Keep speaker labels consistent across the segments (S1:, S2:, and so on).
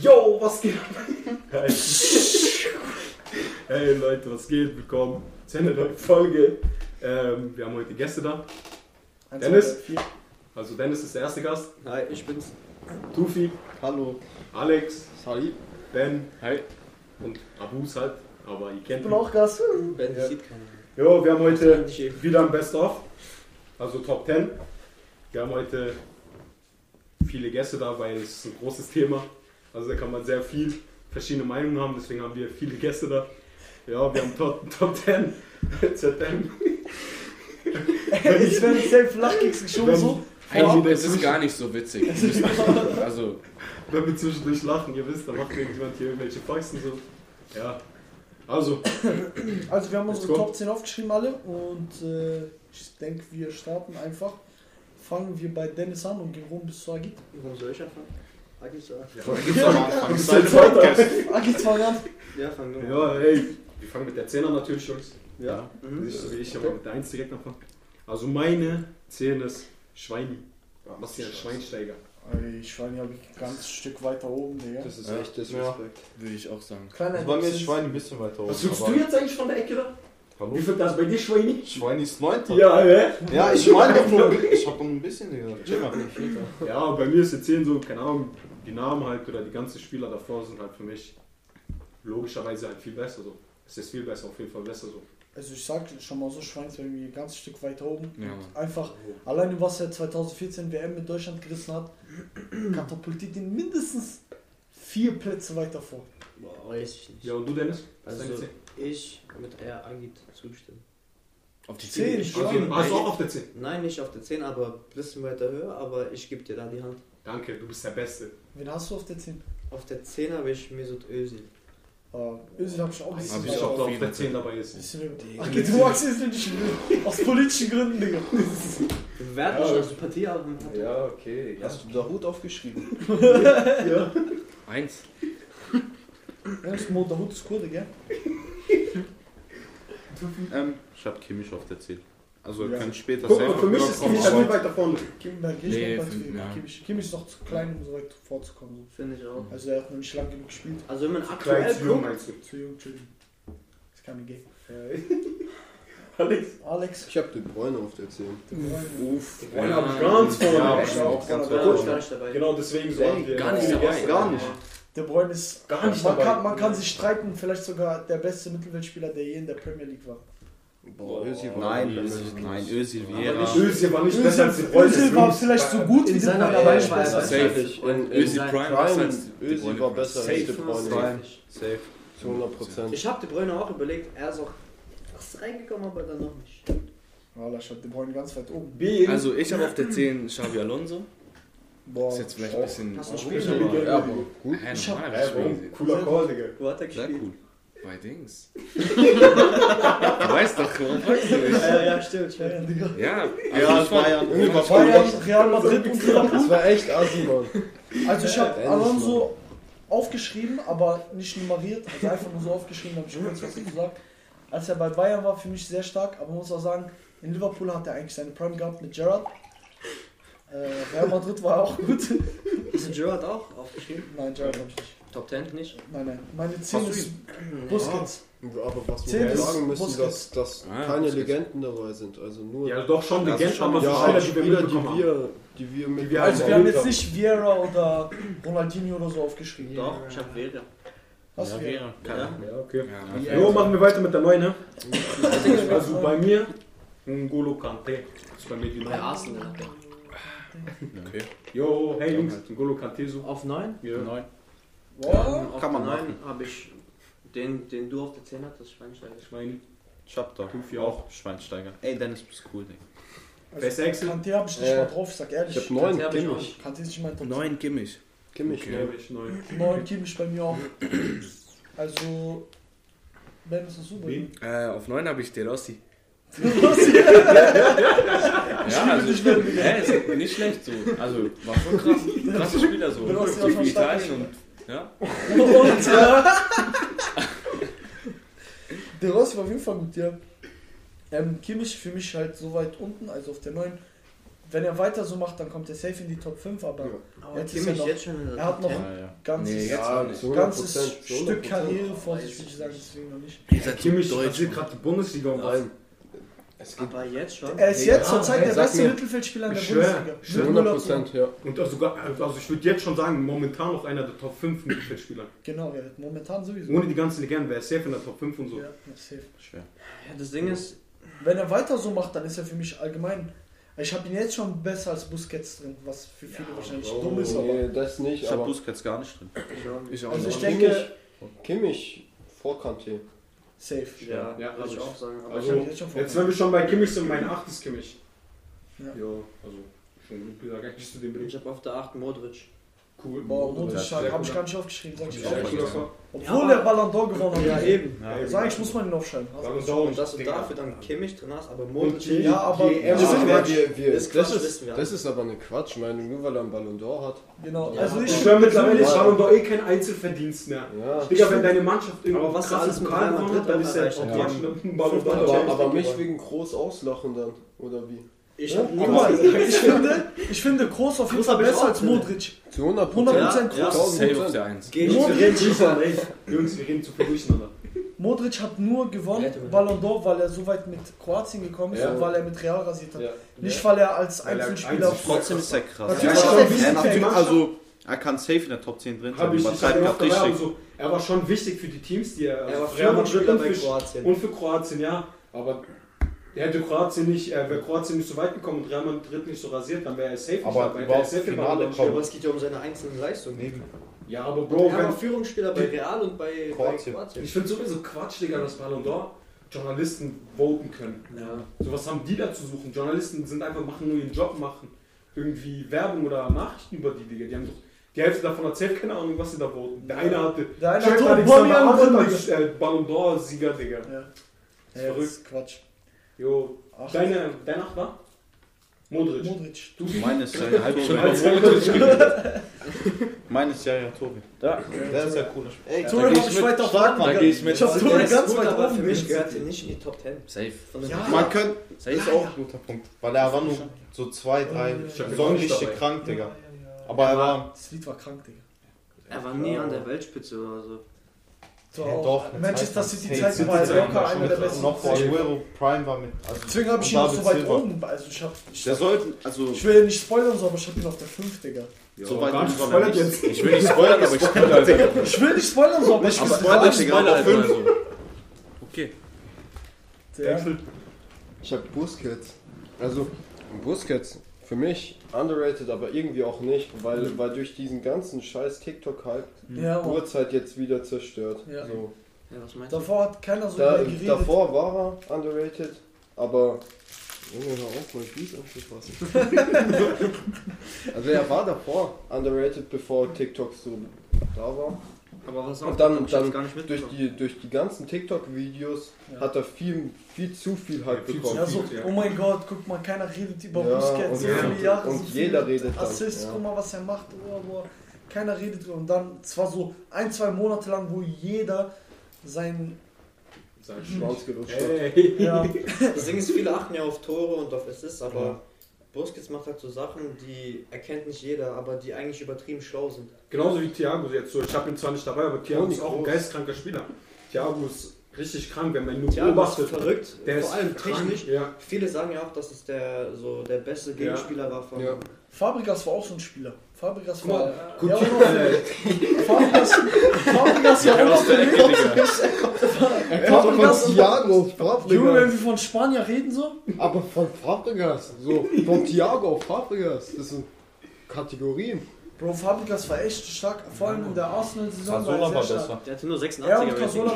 S1: Yo, was geht? hey. hey Leute, was geht? Willkommen zu einer neuen Folge. Ähm, wir haben heute Gäste da.
S2: Eins,
S1: Dennis?
S2: zwei, drei, vier.
S1: Also Dennis ist der erste Gast,
S3: Hi, ich bin's.
S1: Tufi,
S3: Hallo.
S1: Alex,
S3: Sali.
S1: Ben
S3: Hi.
S1: und Abus halt. Aber ihr
S2: Ich
S1: kennt
S2: bin
S1: ihn.
S2: auch Gast.
S3: Ben,
S1: Ja.
S3: sieht keiner.
S1: Jo, wir haben heute
S3: Ich eben.
S1: wieder ein Best-of. Also Top 10. Wir haben heute viele Gäste da, weil es ist ein großes Thema. Also da kann man sehr viel verschiedene Meinungen haben, deswegen haben wir viele Gäste da. Ja, wir haben Top, Top 10. ZM. Wenn
S2: Ich
S1: ich-
S2: werde safe flachkicks geschoben
S1: Wenn-
S2: so.
S1: Wenn
S4: Eigentlich
S1: wir
S4: ist es
S1: dazwischen-
S4: gar nicht so witzig. Also,
S1: Wenn wir zwischendurch lachen, ihr wisst, da macht irgendjemand hier irgendwelche Fäusten so. Ja. Also,
S2: Also wir haben
S1: Let's
S2: unsere
S1: go.
S2: Top 10 aufgeschrieben alle und äh, ich denke wir starten einfach. Fangen wir bei Dennis an und gehen rum bis zu Agit.
S3: Warum soll ich anfangen? Agis, ja.
S1: ja,
S4: gibt's am Anfang.
S1: Das ist ein Podcast.
S2: Agit fang an.
S3: Ja, fang du mal.
S1: ja, hey. Wir fangen mit der 10 an natürlich, Jungs.
S3: Ja. Mhm.
S1: Nicht so wie ich, aber mit der 1 direkt anfangen. Also meine 10 ist Schweini. Bastian Schweinsteiger.
S2: Ey, Schwein habe ich ein ganzes Stück weiter oben, Digga.
S1: Das ist
S5: Ja.
S1: echt.
S3: Disrespect.
S5: Würde ich auch sagen.
S2: Kleiner
S5: Also bei mir ist
S2: Dings.
S5: Schwein ein bisschen weiter
S4: Oh,
S5: oben.
S1: Was suchst
S5: aber-
S1: du jetzt eigentlich von der Ecke da?
S6: Oh.
S1: Wie
S5: Hallo?
S1: viel das bei dir, Schweini?
S5: Schwein ist neunter.
S1: Ja, hä?
S5: Ja, ich meine doch nur. Ich hab doch ein bisschen gesagt. Chill mal.
S1: Ja, bei mir ist die 10 so, keine Ahnung, die Namen halt oder die ganzen Spieler davor sind halt für mich logischerweise halt viel besser so. Es ist viel besser, auf jeden Fall besser so.
S2: Also ich sag schon mal so, Schwein ist bei mir ein ganzes Stück weiter oben.
S4: Ja.
S2: Und Einfach alleine was er 2014 WM mit Deutschland gerissen hat, katapultiert ihn mindestens vier Plätze weiter vor.
S3: Boah, weiß ich nicht.
S1: Ja, und du, Dennis? Was ist deine
S3: Also,
S1: 10?
S3: ich mit eher Agit zustimmen.
S4: auf die
S2: Zehn,
S4: Zähne.
S2: Schwein.
S1: Also, also auch auf der 10.
S3: Nein, nicht auf der 10, aber ein bisschen weiter höher, aber ich gebe dir da die Hand.
S1: Danke, du bist der Beste.
S2: Wen hast du auf der 10?
S3: Auf der 10 habe ich Mesut Özil.
S2: Äh, Özil hab ich auch ein bisschen
S1: Ich
S5: Hab ich
S2: weiter
S1: glaube,
S2: auf.
S1: auf der 10 dabei ist.
S2: Bisschen Ach, geht, du magst Özil nicht. Aus politischen Gründen, Digga.
S3: Wert
S1: Ja.
S3: nicht als Partie, aber man hat
S1: okay.
S5: du da Hut aufgeschrieben?
S1: ja.
S4: Eins.
S2: Ernst Mo, der Hut ist Kurde, gell?
S5: Ähm, ich hab Kimmich auf der 10. Also
S2: Ja.
S5: kann später
S1: Guck mal, für mich
S5: noch
S1: ist
S5: kommen,
S1: Kimmich halt viel
S5: aber-
S1: weiter vorne.
S2: Kim, da geh
S4: Nee,
S2: ich noch bei
S4: fünf,
S2: viel.
S4: ja.
S2: Kimmich. Kimmich ist noch zu klein, um so weit vorzukommen.
S3: Finde ich
S2: So.
S3: auch.
S2: Also er hat noch nicht lang genug gespielt.
S3: Also, wenn man
S1: Klein
S3: aktuell
S1: zu jung
S3: guckt,
S1: meinst du?
S2: Zu jung, zu jung. Ist keine G.
S1: Alex.
S2: Alex.
S6: Ich hab den Bräune auf der 10.
S1: Uff.
S4: Ja.
S1: Einer hab ich ganz vorne.
S5: Ja,
S1: Echt?
S5: ich auch ganz
S3: da
S1: Ja.
S3: bin ich
S5: weit
S3: gar
S5: oben.
S3: nicht dabei.
S1: Genau deswegen so
S5: Ey,
S1: haben wir
S4: gar nicht
S1: viele
S4: dabei.
S1: Gäste.
S5: Gar nicht.
S2: Der Bräun ist.
S1: Gar nicht
S2: man,
S1: dabei.
S2: kann, man kann sich streiten, vielleicht sogar der beste Mittelfeldspieler, der je in der Premier League war.
S6: Boah, Özil war
S5: Nein,
S6: nie
S5: Özil,
S6: besser.
S5: nein, Özil
S1: Aber
S5: Vieira.
S1: nicht Özil war nicht besser als die Freunde des
S2: Özil war
S1: Jungs.
S2: vielleicht so gut
S3: In
S2: wie
S3: seiner
S2: Bräun, aber
S3: Prime
S2: nicht
S3: war er
S2: besser.
S3: besser.
S4: Safe.
S6: In- in
S4: Özil
S3: seinem
S4: Prime
S6: Prime,
S4: besser als die
S5: Özil
S4: Bruyne
S5: war
S4: Prime.
S5: besser als
S4: Safe.
S5: die Bruyne.
S4: Safe.
S5: Safe.
S6: Zu 100 Prozent.
S3: Ich habe De Bruyne auch überlegt, er ist auch fast reingekommen, aber dann noch nicht.
S2: Walla, ich hab den Bräun ganz weit oben.
S1: B.
S4: Also, ich habe auf der 10 Xavi Alonso.
S2: Boah.
S4: Ist jetzt
S2: Oh,
S4: vielleicht ein bisschen.
S3: Hast du ein
S1: Ich
S3: Spiel?
S1: hab ihn
S4: Ja,
S1: gerne gesehen.
S4: Hä,
S2: Ich hab-
S4: normalerweise
S1: Hä, warum?
S4: spielen
S1: Cooler Call, Digga.
S3: Wo hat er
S4: sie. Sehr
S3: gespielt?
S4: cool. Bei Dings. Du weißt doch, warum weißt du nicht?
S3: Ja, ja, stimmt.
S2: Ja, ja,
S3: stimmt.
S2: Digga.
S4: Ja, also
S5: Ja,
S4: ich fand-
S5: Bayern.
S6: Irgendwie war
S2: Bayern, Real Madrid und Liverpool.
S6: Das war echt assi, Mann.
S2: Also ich habe
S6: Endlich
S2: Alonso aufgeschrieben, aber nicht nummeriert, also einfach nur so aufgeschrieben, habe ich kurz was gesagt. Als er bei Bayern war, für mich sehr stark, aber man muss auch sagen, in Liverpool hat er eigentlich seine Prime gehabt mit Gerrard. Äh, Real Madrid war auch gut.
S3: Ist Gerard auch aufgeschrieben?
S2: Nein, Gerrard hab ich nicht.
S3: Top 10 nicht?
S2: Nein, nein. Meine 10
S5: du
S2: ist Busquets.
S6: Aber was
S2: Zehn
S6: wir
S2: ist
S6: sagen müssen,
S2: Busquets.
S6: dass, dass
S4: Ah,
S6: keine
S4: Busquets.
S6: Legenden dabei sind. Also nur
S1: Ja, doch schon
S5: Das ist
S1: Legende,
S5: schon
S1: aber für
S5: mal-
S1: Spieler, die wir
S6: Spieler, die
S1: mitbekommen haben.
S6: wir, die wir mit.
S1: wir
S2: Also
S1: aber
S2: wir haben
S1: gut,
S2: jetzt
S1: ja.
S2: nicht Vieira oder Ronaldinho oder so aufgeschrieben. Also,
S3: Doch, ich habe Vera.
S2: Was ja, Vieira?
S3: Ja.
S1: Ja, okay.
S4: Ja,
S3: Ja.
S1: Jo, machen wir weiter mit der 9, ne? Also
S2: Also
S1: bei mir, N'Golo Kante. Ist bei mir die 9.
S3: Arsenal hat er.
S4: okay.
S1: Jo, hey Jungs, N'Golo Kante so.
S3: Auf 9?
S1: Ja.
S2: Boah.
S3: Auf
S5: Kann man
S3: 9 habe ich den, den du auf der 10 hattest, Schweinsteiger.
S1: Ich meine,
S5: Ich hab da.
S1: Tufi auch.
S5: Schweinsteiger. Ey, Dennis, bist cool, Digga.
S1: Wer ist Axel?
S2: also, Kanté hab ich nicht
S6: Äh,
S2: mal drauf, ich sag
S6: Ich hab
S2: ehrlich.
S6: neun,
S3: hab ich auch
S6: Kimmich.
S3: nicht.
S2: Kanté ist nicht mein Top
S4: Neun Kimmich.
S6: Kimmich,
S4: Okay.
S6: ne?
S1: Ja, ich 9.
S2: Neun Kimmich bei mir auch. Also, Ben ist das super.
S1: Wen?
S4: Äh, auf neun habe ich De Rossi.
S2: Was?
S4: Ja, also ich bin, hä, ist nicht schlecht so. Also war schon krass. Krasser Spieler so.
S2: Du hast ja auch
S4: Typ
S2: schon
S4: wie
S2: stark
S4: Italien und ja.
S2: Und, äh, der Rossi war auf jeden Fall gut, ja. Ähm, Kimmich für mich halt so weit unten, also auf der 9. Wenn er weiter so macht, dann kommt er safe in die Top 5, aber
S6: Ja.
S3: Aber
S2: Jetzt
S3: jetzt
S2: ist
S3: Kimmich
S2: er noch-
S3: jetzt schon in der
S2: er hat noch ein
S4: Ja, Ah, ja.
S2: ganzes,
S5: Nee, jetzt-
S6: Ja,
S5: nicht.
S6: zu 100%,
S2: ganzes
S6: zu 100%.
S2: Stück Karriere vor sich,
S3: Weiß
S2: würde ich
S3: ich
S2: sagen,
S3: nicht.
S2: deswegen noch nicht.
S5: Dieser
S1: Kimmich rasiert gerade die Bundesliga und
S6: Nein.
S3: Top. Aber jetzt schon?
S2: Er ist
S6: Ja,
S2: jetzt zurzeit
S6: ey,
S2: der
S6: sag
S2: beste
S6: mir.
S2: Mittelfeldspieler in der
S1: Ich schwör,
S2: Bundesliga.
S1: ich
S2: Mit
S1: schwör,
S6: 100%, ja.
S1: Und also sogar, also ich würde jetzt schon sagen, momentan noch einer der Top 5 Mittelfeldspieler.
S2: Genau, ja, momentan sowieso.
S1: Ohne die ganzen Legenden wäre er safe in der Top 5 und so.
S2: ja, ja, safe.
S5: Schwer.
S3: Ja, das Ding ist,
S2: Wenn er weiter so macht, dann ist er für mich allgemein. Ich habe ihn jetzt schon besser als Busquets drin, was für viele wahrscheinlich dumm ist, aber.
S6: Nee, das nicht,
S5: Ich hab
S6: aber
S5: Busquets gar nicht drin.
S3: ich auch nicht.
S4: Ich auch
S2: Also ich
S4: nicht.
S2: denke,
S6: Kimmich vor Kanté.
S2: safe.
S3: Ja,
S1: Ja,
S3: würde
S1: also
S3: ich auch sagen. Aber
S1: also-
S3: ich
S2: hab jetzt schon vor-
S1: Jetzt, wenn wir schon bei Kimmich sind, mein 8 ist Kimmich.
S2: Ja.
S1: also schon gut gesagt, eigentlich zu dem
S3: hab-
S1: bin
S3: ich
S1: ich
S3: habe auf der 8 Modric.
S1: cool.
S2: Boah,
S5: Ja,
S2: Montagsschlag
S1: sehr
S2: habe
S1: gut.
S2: ich gar nicht aufgeschrieben, sag ich
S1: Ich
S5: Ja,
S2: ehrlich.
S1: sag
S5: aber-
S1: sogar vor-
S2: Obwohl
S3: Ja,
S2: der Ballon d'Or gewonnen hat.
S3: Ja, eben.
S4: Ja.
S1: Ey,
S2: Also eigentlich muss man ihn aufschreiben.
S1: Ballon d'Or
S3: Und dass du
S1: Digga.
S3: dafür dann Kimmich drin hast, aber Modric.
S1: Kimmich.
S2: Ja, aber
S1: Die
S6: Ja,
S1: EM
S2: wir sind
S6: aber
S1: Quatsch.
S6: wir, wir,
S3: Ist
S6: das,
S3: Quatsch,
S6: ist,
S3: wissen wir.
S6: das ist aber eine Quatschmeinung, nur weil er einen Ballon d'Or hat.
S2: Genau.
S3: Ja.
S2: Also
S1: Ich
S2: ich
S1: schwör mittlerweile,
S2: persönlich-
S1: ist Ballon d'Or eh kein Einzelverdienst mehr.
S6: Ja.
S1: Digga, wenn deine Mannschaft irgendwo
S3: Aber was
S1: krasses
S3: ist mit
S1: Pokal
S3: Real
S1: gewonnen
S3: Madrid
S1: hat, dann ist er
S3: erreicht?
S1: auch
S5: Ja.
S1: Quatsch, ne? Ein Ballon d'Or.
S6: Aber, aber
S1: Champions
S6: mich
S1: League
S6: wegen groß auslachen dann, oder wie?
S3: Ich hab
S2: Guck mal, ich finde, ich finde Groß auf jeden
S3: Kroos
S2: Fall
S3: hab ich
S2: besser
S3: auch
S2: als
S3: drin.
S2: Modric.
S6: Zu 100
S2: 100%
S3: Ja,
S2: Kroos.
S4: Safe auf
S6: 1000
S4: der 1.
S3: Geh
S1: Jungs, wir
S2: Modric-
S1: reden zu viel- Jungs, wir reden zu viel durcheinander.
S2: Modric hat nur
S3: Hätte
S2: gewonnen
S3: man-
S2: Ballon d'Or, weil er so weit mit Kroatien gekommen ist
S6: Ja.
S2: und weil er mit Real rasiert hat.
S6: Ja.
S2: Nicht, weil er als
S1: Weil er
S2: Einzelspieler...
S1: einzig-
S5: Trotzdem ist er krass.
S2: Natürlich
S1: ist er
S5: er
S1: wichtig für die
S5: natürlich,
S1: Mannschaft.
S5: also, er kann safe in der Top 10 drin sein.
S1: Hab ich, ich hab
S5: übertreibt
S1: ihn
S5: er
S1: auch dabei, aber
S5: richtig.
S1: so, er war schon wichtig für die Teams, die er,
S3: Er war
S1: für Real Madrid
S3: Führungsspieler
S1: und
S3: bei
S1: für,
S3: Kroatien.
S1: und für Kroatien, ja. Aber er hätte Kroatien nicht, äh, wäre Kroatien nicht so weit gekommen und Real Madrid nicht so rasiert, dann wäre er safe
S5: Aber
S1: nicht dabei. Der
S5: überhaupt
S1: ist safe im
S5: Finale
S1: Ballon d'Or.
S3: Aber es geht ja um seine einzelnen Leistungen.
S1: Ja, aber
S3: Er
S1: Bro,
S3: war
S1: wenn,
S3: Führungsspieler bei Real und bei
S5: Kroatien.
S3: Bei Kroatien.
S1: ich finde sowieso Quatsch, Digga, dass Ballon d'Or Journalisten voten können.
S3: Ja.
S1: So was haben die da zu suchen? Journalisten sind einfach, machen nur ihren Job, machen irgendwie Werbung oder Nachrichten über die, Digga. Die haben doch, die Hälfte davon erzählt keine Ahnung, was sie da voten. Der eine hatte
S2: Der eine
S1: Trent
S2: hat so einen
S1: Alexander
S2: Ballon
S1: Arnold
S2: drin,
S1: als äh, Ballon d'Or-Sieger, Digga.
S2: Ja.
S1: Ist
S2: Ja,
S1: verrückt.
S2: das ist Quatsch.
S1: Jo,
S2: Ach,
S1: deine, dein Nachbar? Modric.
S2: Modric.
S1: Du
S5: Meine ist ja halb schon
S1: Als Modric.
S5: Meine ist ja ja Tobi. Da, der ist ja cooler Spieler.
S6: Ey,
S2: Tore
S4: geh
S2: hab
S4: ich
S2: ich
S4: mit.
S2: weiter
S4: Stark,
S2: vorne.
S4: da geh ich mit.
S2: Ich hab
S3: Also Der
S2: Tore
S3: ist
S2: ganz
S3: gut,
S2: weit
S3: aber
S2: oben.
S3: für mich
S2: gesehen.
S3: gehört er nicht in die Top 10.
S4: Safe.
S3: Sondern
S2: Ja.
S5: Man könnte. Das
S2: ist
S5: ist
S2: auch
S5: auch ein guter Punkt. Weil er war nur so zwei, drei
S2: Ich
S1: hab den
S5: Saison
S1: Kopf
S5: nicht
S1: dabei.
S5: krank, Digga.
S2: Ja, ja, ja.
S5: Aber er war.
S2: Das Lied war krank, Digga.
S3: Er war nie an der Weltspitze oder so.
S2: So,
S5: Ja,
S2: auch
S5: doch,
S2: Manchester
S5: Zeit
S2: City Zeit war
S5: City Zeit
S2: locker
S5: war
S2: einer der besten.
S5: Noch vor Aguero Prime war mit. Also
S2: Deswegen habe ich ihn
S5: und
S2: noch so
S5: David
S2: weit
S5: Silva.
S2: oben. Also ich, hab, ich,
S5: Der sollte. Also.
S2: ich will nicht spoilern, so, aber ich habe ihn auf der 5, Digga.
S5: So weit
S1: gar
S5: bin
S1: nicht
S5: ich noch
S1: spoilert
S5: nicht.
S1: jetzt.
S5: Ich will nicht spoilern, aber ich kenne halt. Digga.
S2: Ich will nicht spoilern, so, aber ich
S5: Aber
S2: will
S5: Spoiler, Digga.
S4: Spoiler
S5: Aber
S4: halt mal
S5: fünf.
S4: so. Okay.
S2: ja.
S6: Ich hab Busquets. Also, Busquets, für mich underrated, aber irgendwie auch nicht, weil, weil durch diesen ganzen scheiß TikTok-Hype
S2: ja, Mann.
S6: Uhrzeit jetzt wieder zerstört.
S2: Ja.
S6: So.
S3: Ja, was meinst du?
S2: Davor hat keiner so
S6: Da,
S2: über ihn geredet.
S6: davor war er underrated, aber. Junge, hör auf, mein Fuß anzufassen. also, er war davor underrated, bevor TikTok so da war.
S3: Aber was
S6: Und dann,
S3: Ich hab's
S6: dann
S3: gar nicht
S6: durch,
S3: mitbekommen.
S6: die, durch die ganzen TikTok-Videos
S2: Ja.
S6: hat er viel, viel zu viel Hype
S1: Ja, viel zu
S6: bekommen.
S2: Ja, so,
S1: Ja.
S2: oh mein Gott, guck mal, keiner redet über
S6: Ja,
S2: Busquets.
S6: und
S2: So
S1: ja.
S2: viele Jahre,
S6: Und
S2: so
S6: jeder
S2: viele
S6: redet dann,
S2: Assists,
S6: ja.
S2: guck mal, was er macht. Oh, boah. Keiner redet drüber. Und dann, es war so ein, zwei Monate lang, wo jeder sein.
S1: Sein
S6: Schwanz gelutscht hat.
S1: Ey.
S2: Ja,
S3: Das Ding ist, viele achten ja auf Tore und auf Assists, aber Busquets macht halt so Sachen, die erkennt nicht jeder, aber die eigentlich übertrieben schlau sind.
S1: Genauso wie Thiago jetzt so. Ich habe ihn zwar nicht dabei, aber Thiago
S6: Oh,
S1: ist auch ein
S6: groß.
S1: geistkranker Spieler. Thiago ist richtig krank, wenn man ihn nur
S3: Thiago ist
S1: beobachtet.
S3: verrückt,
S1: Der
S3: vor
S1: ist
S3: allem
S1: krank,
S3: technisch.
S1: Ja.
S3: Viele sagen ja auch, dass es der so der beste Gegenspieler war von
S6: Ja.
S2: Fabregas war auch so ein Spieler. Fabregas
S1: Guck
S2: war.
S1: mal,
S2: Ja,
S1: guck
S2: ja,
S1: mal.
S2: ja. Fabregas, Fabregas war auch noch für mich.
S6: Er kommt von
S2: Fabregas und-
S6: Thiago auf
S2: Junge, wenn
S6: Fabregas.
S2: wir von Spanier reden so.
S6: Aber von Fabregas. So, von Thiago auf Fabregas. Das sind Kategorien.
S2: Bro, Fabregas war echt stark, vor allem in der Arsenal-Saison war
S5: Casola
S2: er
S5: war
S2: sehr stark.
S5: besser.
S3: Der hatte nur 86er
S2: Ja, und
S3: Rating.
S2: Casola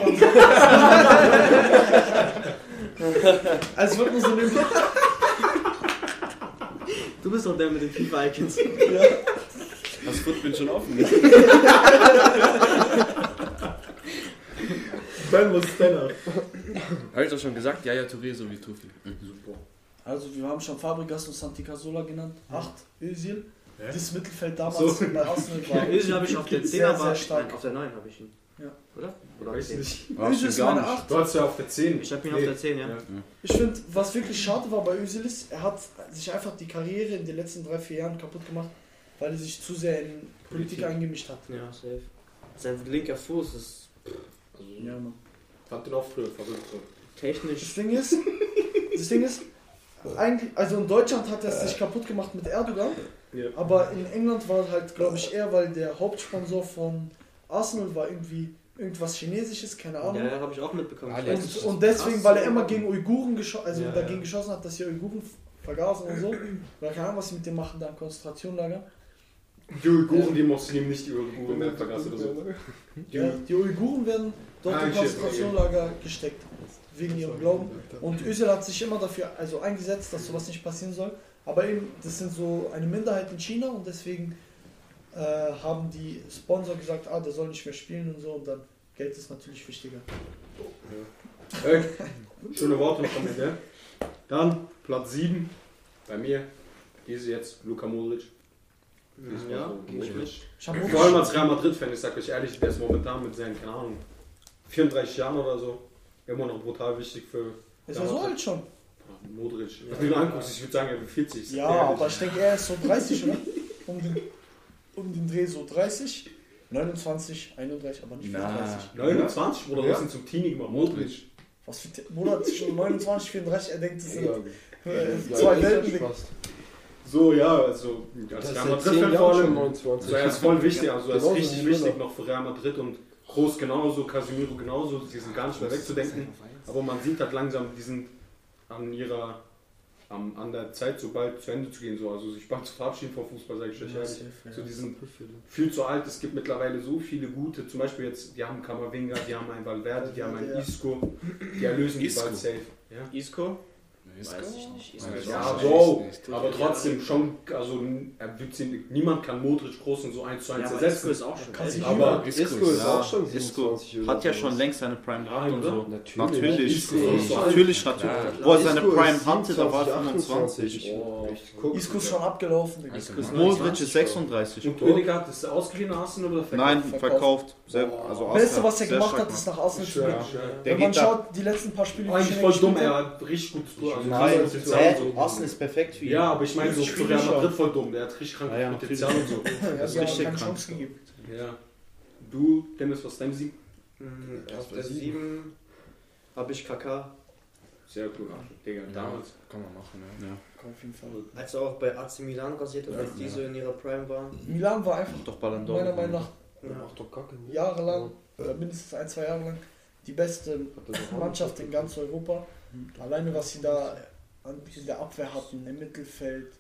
S2: war Also wird man so eine
S3: Du bist doch der mit den FIFA-Icons.
S5: Das Foot bin schon offen.
S1: Ben, was ist deiner?
S4: Habe ich doch schon gesagt, ja, ja, Touré sowie Tufi. Super.
S2: Also wir haben schon Fabregas und Santi Casola genannt. Acht, Özil.
S1: Hä?
S2: Das Mittelfeld damals bei Arsenal war
S3: Özil habe ich auf der
S2: Sehr,
S3: 10
S2: sehr
S3: aber
S2: stark.
S3: nein, auf der 9 habe ich ihn.
S2: Ja.
S3: Oder? Oder
S1: Weiß
S3: 10.
S1: nicht.
S5: Warst
S2: Özil
S5: du
S2: ist
S5: gar
S2: meine
S5: nicht.
S2: 8.
S1: Du hast ja auf der 10.
S3: Ich hab ihn auf der 10, ja.
S1: ja.
S2: Ich finde, was wirklich schade war bei Özil ist, er hat sich einfach die Karriere in den letzten drei, vier Jahren kaputt gemacht, weil er sich zu sehr in Politik
S1: Politik.
S2: eingemischt hat.
S3: Ja, safe. Sein linker Fuß ist
S2: Ja, Mann.
S1: Hat den auch früher verrückt. so.
S3: technisch.
S2: Das Ding ist, das Ding ist, eigentlich, also in Deutschland hat er es sich kaputt gemacht mit Erdogan,
S1: Ja.
S2: aber in England war halt, glaube ich, eher, weil der Hauptsponsor von Arsenal war irgendwie irgendwas Chinesisches, keine
S3: Ja,
S2: Ahnung.
S3: ja habe ich auch mitbekommen.
S5: Ah,
S2: Und, und deswegen, weil er immer gegen Uiguren geschossen, also
S1: Ja,
S2: dagegen
S1: ja.
S2: geschossen hat, dass hier Uiguren vergasen und so. Oder keine Ahnung, was sie mit dem machen, da im Konzentrationlager.
S1: Die Uiguren, die Muslimen, nicht die Uiguren der Vergasse oder so.
S6: Oder
S2: Die, die Uiguren werden dort
S1: Ah,
S2: im
S1: shit, okay.
S2: Konzentrationlager gesteckt, wegen ihrem Glauben. Und Özil hat sich immer dafür also eingesetzt, dass sowas nicht passieren soll. Aber eben, das sind so eine Minderheit in China und deswegen äh, haben die Sponsor gesagt, ah, der soll nicht mehr spielen und so. Und dann Geld ist natürlich wichtiger.
S1: Ey, Äh, schöne Worte noch am Ende. Dann Platz 7 bei mir ist jetzt Luka Modric. Ist
S3: Ja,
S1: also
S3: geh ich
S1: Modric.
S2: Ich habe
S1: Vor allem als Real Madrid-Fan, ich sag euch ehrlich, der ist momentan mit seinen, keine Ahnung, 34 Jahren oder so, immer noch brutal wichtig für
S2: Ist er so alt schon?
S1: Modric. Wenn du ihn anguckst, ich würde sagen, er wird 40.
S2: Ja, aber ich denke, er ist so 30, oder? Um den, um den Dreh so 30, 29, 31, aber nicht
S5: Na.
S2: 34.
S1: 29, Bruder,
S6: Ja.
S1: was ist denn zum Teenie gemacht? Modric.
S2: Was für Te- Bruder zwischen 29, 34, er denkt, das sind äh,
S6: Ja,
S2: zwei
S6: das
S2: Welten.
S6: ist
S2: Digga.
S6: fast.
S1: So, ja, also als
S6: Das
S1: Real
S6: ist seit 10
S1: Madrid-Fan vor
S6: Jahren schon
S1: allem.
S6: 29.
S1: Also er ist voll wichtig, also er ist
S6: Genauso
S1: richtig
S6: wie
S1: wichtig
S6: Müller.
S1: noch für Real Madrid und Groß genauso, Casemiro genauso, die sind gar nicht mehr wegzudenken. Aber man sieht halt langsam, die sind an ihrer, am- an der Zeit so bald zu Ende zu gehen, so. also sich bald zu verabschieden vom Fußball, sage ich euch ehrlich. So, die sind viel zu alt, es gibt mittlerweile so viele gute, zum Beispiel jetzt, die haben Kamavinga, die haben einen Valverde, die haben einen
S2: Ja.
S1: Isco, die erlösen die
S4: Isco.
S1: bald safe. Ja.
S3: Isco?
S4: Weiß ich nicht. Ist
S5: Weiß
S4: das
S5: ich
S4: auch
S1: Ja,
S5: nicht.
S4: so.
S1: wow.
S5: nicht.
S1: Aber trotzdem schon, also er wird sie, niemand kann Modric Großen so 1 zu 1
S3: Ja, aber Isco
S1: ersetzen.
S3: ist auch schon.
S2: Kann sich
S3: älter.
S1: Aber
S5: Isco
S6: Isco ist
S5: ja.
S6: auch schon
S5: Isco
S6: 27 oder
S5: hat ja
S6: sowas.
S5: schon längst seine Prime gehabt
S1: Nein,
S5: und
S1: oder?
S5: so.
S6: Natürlich.
S5: Natürlich,
S1: Isco ist so alt.
S5: natürlich, natürlich. Wo er seine
S6: Isco ist
S5: Prime hatte, da war er
S6: 27,
S5: 25.
S1: Oh,
S2: Isco ist schon abgelaufen, Digga.
S4: Also,
S5: Modric ist 36.
S1: Und Oedegaard ist ausgeliehen nach Arsenal oder verkauft?
S5: Nein, verkauft. Sehr, also Arsenal
S2: Beste, was er
S5: sehr
S2: gemacht
S5: stark
S2: hat, ist nach außen zu
S1: Ja.
S2: gehen.
S1: Ja.
S5: Der
S2: Wenn man
S5: geht da-
S2: schaut, die letzten paar Spiele, die
S1: Eigentlich
S2: Schengen
S1: voll dumm,
S2: gespielt
S1: er
S2: hat,
S1: hat richtig gut also
S5: Nein,
S1: krasses
S5: hä?
S1: Potenzial und so.
S5: Arsenal ist perfekt für ihn.
S1: Ja, aber ich meine so
S2: Ist
S1: für Real
S2: schwierig,
S1: Madrid voll dumm, der hat richtig krankes
S5: Ah ja,
S1: Potenzial und so.
S2: er hat
S5: ist
S2: ja
S5: richtig
S2: keine
S5: krank.
S2: Chance gegeben.
S1: Ja. Du, Dennis, was ist dein Sieg?
S3: Mhm,
S6: Ja,
S3: Auf
S6: bei
S3: der
S6: sieben.
S3: 7 habe ich KK.
S1: Sehr cool, Digga, damals.
S4: Kann man machen, ne?
S2: Auf jeden Fall.
S3: Als er auch bei AC Milan rasiert hat, als die so in ihrer Prime waren.
S2: Milan war einfach
S5: Doch Ballon d'Or.
S2: meiner Meinung nach
S3: Ja.
S6: doch Kacke. ne?
S2: jahrelang, oder mindestens ein, zwei Jahre lang, die beste
S6: Hat er doch auch
S2: Mannschaft in
S6: nicht.
S2: ganz Europa. Alleine was sie da an- in der Abwehr hatten, im Mittelfeld,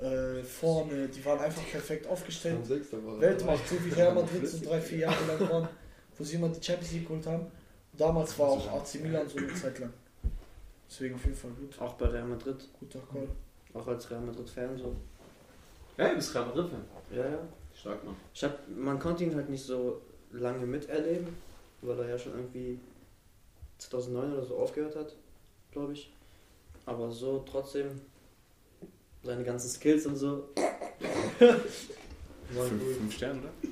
S2: äh, vorne, die waren einfach perfekt
S6: Ein
S2: aufgestellt.
S6: Sechster war er.
S2: Weltmacht, so wie Real Madrid so drei, vier Jahre lang waren, wo sie immer die Champions League geholt haben. Damals war auch AC Milan so eine Zeit lang. Deswegen auf jeden Fall gut,
S3: Auch bei Real Madrid.
S2: guter Call.
S3: Auch als Real Madrid-Fan so.
S1: Ja, du bist Real Madrid-Fan.
S3: Ja, ja.
S1: Stark, Mann.
S3: Ich hab, man konnte ihn halt nicht so lange miterleben, weil er ja schon irgendwie 2009 oder so aufgehört hat, glaube ich. Aber so trotzdem seine ganzen Skills und so. waren
S4: Fünf,
S3: cool.
S4: fünf Sterne, oder?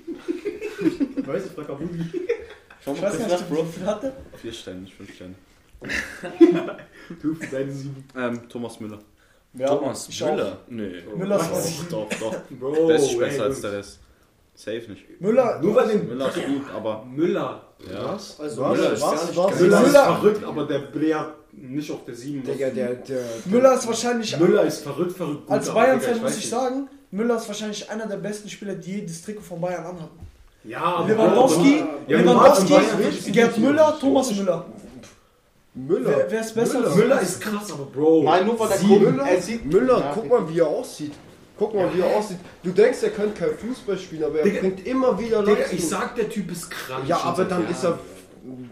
S1: Ich weiß, ich frag auch Ruby.
S5: Schau
S2: Ich
S5: mal
S2: weiß gar
S5: kurz
S2: nicht,
S5: nach,
S2: ob die
S5: Bro.
S2: wie viel hatte.
S5: Vier Sterne, nicht fünf Sterne.
S1: Du für deinen Sieg.
S5: Ähm, Thomas Müller.
S2: Ja,
S4: Thomas
S2: ich
S4: Müller? Nee.
S2: Müller ist
S5: Doch, doch, doch.
S1: Bro,
S5: Der ist
S1: ey,
S5: besser als
S1: Jungs.
S5: der Rest. Safe nicht.
S2: Müller,
S1: Nur weil den
S5: Müller ist gut, aber.
S1: Müller.
S5: Ja.
S3: Also
S6: Was?
S3: Müller ist
S6: Was?
S3: gar nicht
S6: Was?
S3: geil.
S1: Müller ist
S2: Müller.
S1: verrückt, aber der Brea nicht auf der 7.
S6: Digga, der, der, der.
S2: Müller ist wahrscheinlich
S1: Müller ist verrückt, verrückt. gut,
S2: Als
S1: aber Digga,
S2: Bayern-Fan
S1: ich
S2: muss
S1: weiß
S2: ich
S1: nicht.
S2: sagen, Müller ist wahrscheinlich einer der besten Spieler, die je das Trikot von Bayern anhatten.
S1: Ja, aber
S2: Lewandowski,
S1: Ja,
S2: Lewandowski,
S1: Bayern versteht
S2: Gerd
S1: sich
S2: Müller, Thomas Müller.
S6: Müller.
S2: Wer, wer ist besser
S1: Müller.
S2: als
S1: Müller ist krass, aber Bro.
S5: Nein, nur weil der
S6: Sieben.
S5: Kumpel-
S6: Müller,
S5: er sieht-
S6: Müller
S5: Ja.
S6: guck mal, wie er aussieht. Guck mal, wie er aussieht. Du denkst, er könnte kein Fußball spielen, aber er
S1: Digga,
S6: bringt immer wieder
S1: Digga,
S6: Leistung.
S1: ich sag, der Typ ist krank.
S6: ja, aber dann
S1: Ja.
S6: ist er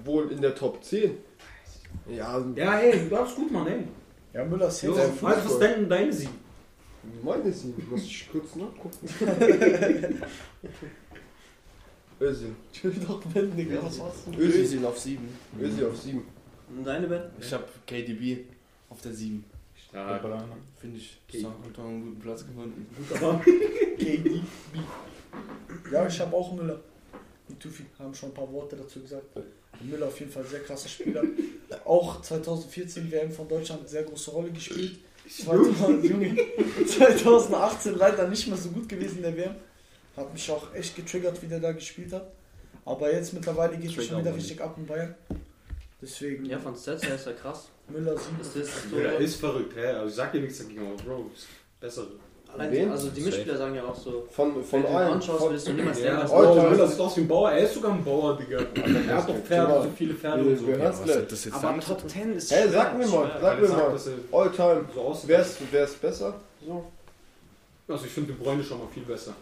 S6: wohl in der Top 10. Ja,
S1: Ja, ey, du darfst gut, Mann, ey.
S2: Ja, Müller ist
S1: Jo,
S2: jetzt.
S1: also, was ist denn dein Sieg?
S6: meine sie. Muss ich kurz nachgucken. Özil.
S2: Ich will doch wenden, Digga. Was machst du?
S6: Özil.
S5: auf 7.
S6: Özil auf 7.
S3: Und deine Ben?
S4: Ich habe KDB auf der 7.
S1: Stark.
S5: ne?
S4: Finde ich. Das hat hat einen guten Platz gefunden.
S2: KDB. Ja, ich hab auch Müller. die Tufi haben schon ein paar Worte dazu gesagt. Müller auf jeden Fall sehr krasser Spieler. Auch 2014 WM von Deutschland sehr große Rolle gespielt. 2000, Junge, 2018 leider nicht mehr so gut gewesen in der WM. Hat mich auch echt getriggert, wie der da gespielt hat. Aber jetzt mittlerweile geht es
S4: Trigger
S2: schon wieder
S4: Warning.
S2: richtig ab in Bayern. Deswegen
S3: Ja, von Stats her ist er krass.
S2: Müller 7
S3: Ist das so,
S1: Müller ist verrückt, hä? Also ich sag dir nichts dagegen, aber Bro, ist besser.
S3: allein,
S6: Wen?
S3: also die Mitspieler sagen ja auch so,
S6: Von,
S3: wenn
S6: von
S3: du ihn
S6: allen.
S3: anschaust,
S6: Von,
S3: willst du niemals
S1: Ja,
S3: lernen.
S6: Alter.
S1: Bro, Müller sieht aus wie ein Bauer. Er ist sogar ein Bauer, Digga. Er hat doch Pferde, so viele Pferde und so.
S6: wir
S1: Hä,
S6: hören's gleich.
S5: das jetzt
S3: Aber Top 10 ist
S6: Hey,
S3: schwer.
S6: sag mir mal, sag
S1: er
S6: mir
S1: sagt,
S6: mal.
S1: dass er
S6: All time.
S1: so aussieht.
S6: Wer ist, wer ist besser? So.
S1: Also ich finde De Bruyne schon mal viel besser.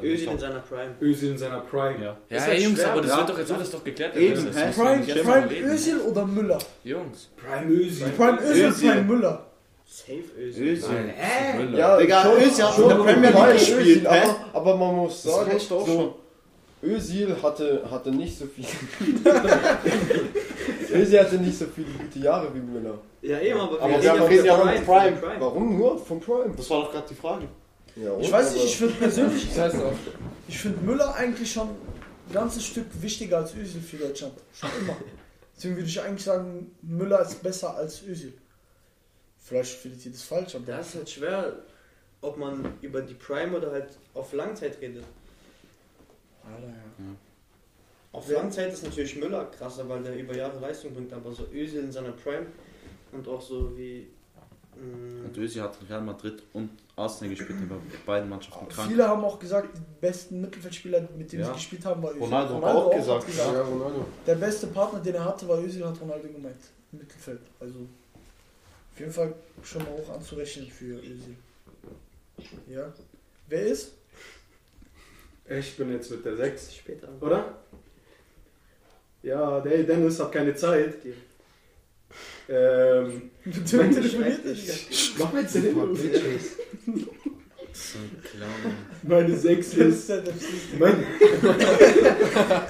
S3: Özil in seiner Prime.
S1: Özil in seiner Prime.
S4: Ja,
S5: Ist
S4: hey,
S5: halt
S4: Jungs,
S5: schwer,
S4: aber das
S5: ja.
S4: wird doch jetzt alles doch geklärt.
S5: Eben,
S4: das
S5: hä?
S4: müssen wir
S2: Prime,
S4: nicht jetzt
S2: Prime
S4: drüber reden.
S2: Özil oder Müller?
S4: Jungs.
S1: Prime Özil.
S2: Prime Özil,
S5: Özil.
S2: Prime Müller.
S3: Safe Özil.
S5: Özil.
S4: Müller.
S6: Ja,
S5: Digga,
S6: schon-
S5: Özil hat
S6: schon
S5: in der Premier
S6: dabei
S5: League gespielt, hä?
S6: aber, aber man muss
S5: Das
S6: sagen,
S5: reicht auch
S6: so, Özil hatte, hatte nicht so viel. Özil hatte nicht so viele gute Jahre wie Müller.
S3: Ja, eben, aber,
S5: Aber
S6: wir
S5: reden ja von Prime.
S6: Warum nur? Von Prime.
S5: Das war doch gerade die Frage.
S6: Ja, und?
S2: Ich weiß
S6: Aber-
S2: nicht, ich finde persönlich,
S6: Das heißt auch,
S2: ich finde Müller eigentlich schon ein ganzes Stück wichtiger als Özil für Deutschland. Schon immer. Deswegen würde ich eigentlich sagen, Müller ist besser als Özil. Vielleicht findet ihr das falsch, aber
S3: Da ist halt schwer, ob man über die Prime oder halt auf Langzeit redet.
S2: Alter, ja.
S3: Auf
S2: Ja.
S3: Langzeit ist natürlich Müller krasser, weil der über Jahre Leistung bringt, aber so Özil in seiner Prime und auch so wie. hm, mh,
S5: Und Özil hat Real Madrid und Arsenal gespielt, der war bei beiden Mannschaften krank.
S2: Viele haben auch gesagt, die besten Mittelfeldspieler, mit denen
S5: Ja.
S2: sie gespielt haben, war Özil.
S5: Ronaldo hat auch gesagt,
S6: ja, Ronaldo.
S2: Der beste Partner, den er hatte, war Özil, hat Ronaldo gemeint. Im Mittelfeld. Also auf jeden Fall schon mal hoch anzurechnen für Özil. Ja. Wer ist?
S1: Ich bin jetzt mit der 6,
S3: Später.
S1: oder? Ja, der Dennis hat keine Zeit. Ähm,
S2: Mit dem telefoniert er nicht.
S1: mach mal jetzt den Input.
S5: So ein Clown.
S1: Meine 6
S2: Das ist
S1: ist.
S2: der- das ist-
S1: Meine,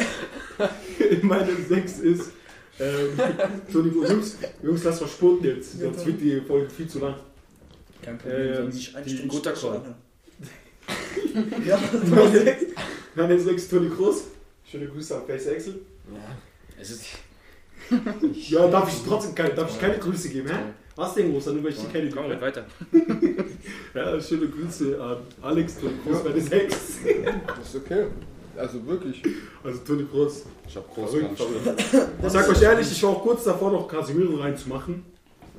S1: meine 6 ist. Ähm, Entschuldigung, Jungs, Jungs, lass mal spurten jetzt, sonst wird die Folge viel zu lang.
S2: Kein
S3: Äh,
S1: Ähm,
S2: soll sich eine
S1: die-
S2: Stunde
S5: guter
S2: später
S5: Call.
S2: anhören. ja, das war
S1: Meine,
S2: sechs.
S1: meine 6 Toni Groß. Schöne Grüße an Face Excel.
S5: Es ist.
S1: Ja, darf ich trotzdem keine, darf ich keine Grüße geben, hä? Was denn, Groß? Nur weil ich die kenne.
S4: Komm, red weiter.
S1: Ja, schöne Grüße an Alex Toni Groß, meine 6.
S6: Das ist okay. Also wirklich.
S1: Also Toni Groß,
S5: Ich hab groß
S1: verrückt,
S5: gemacht.
S1: verrückt. Ich sag euch ehrlich, ich war auch kurz davor, noch Casemiro reinzumachen.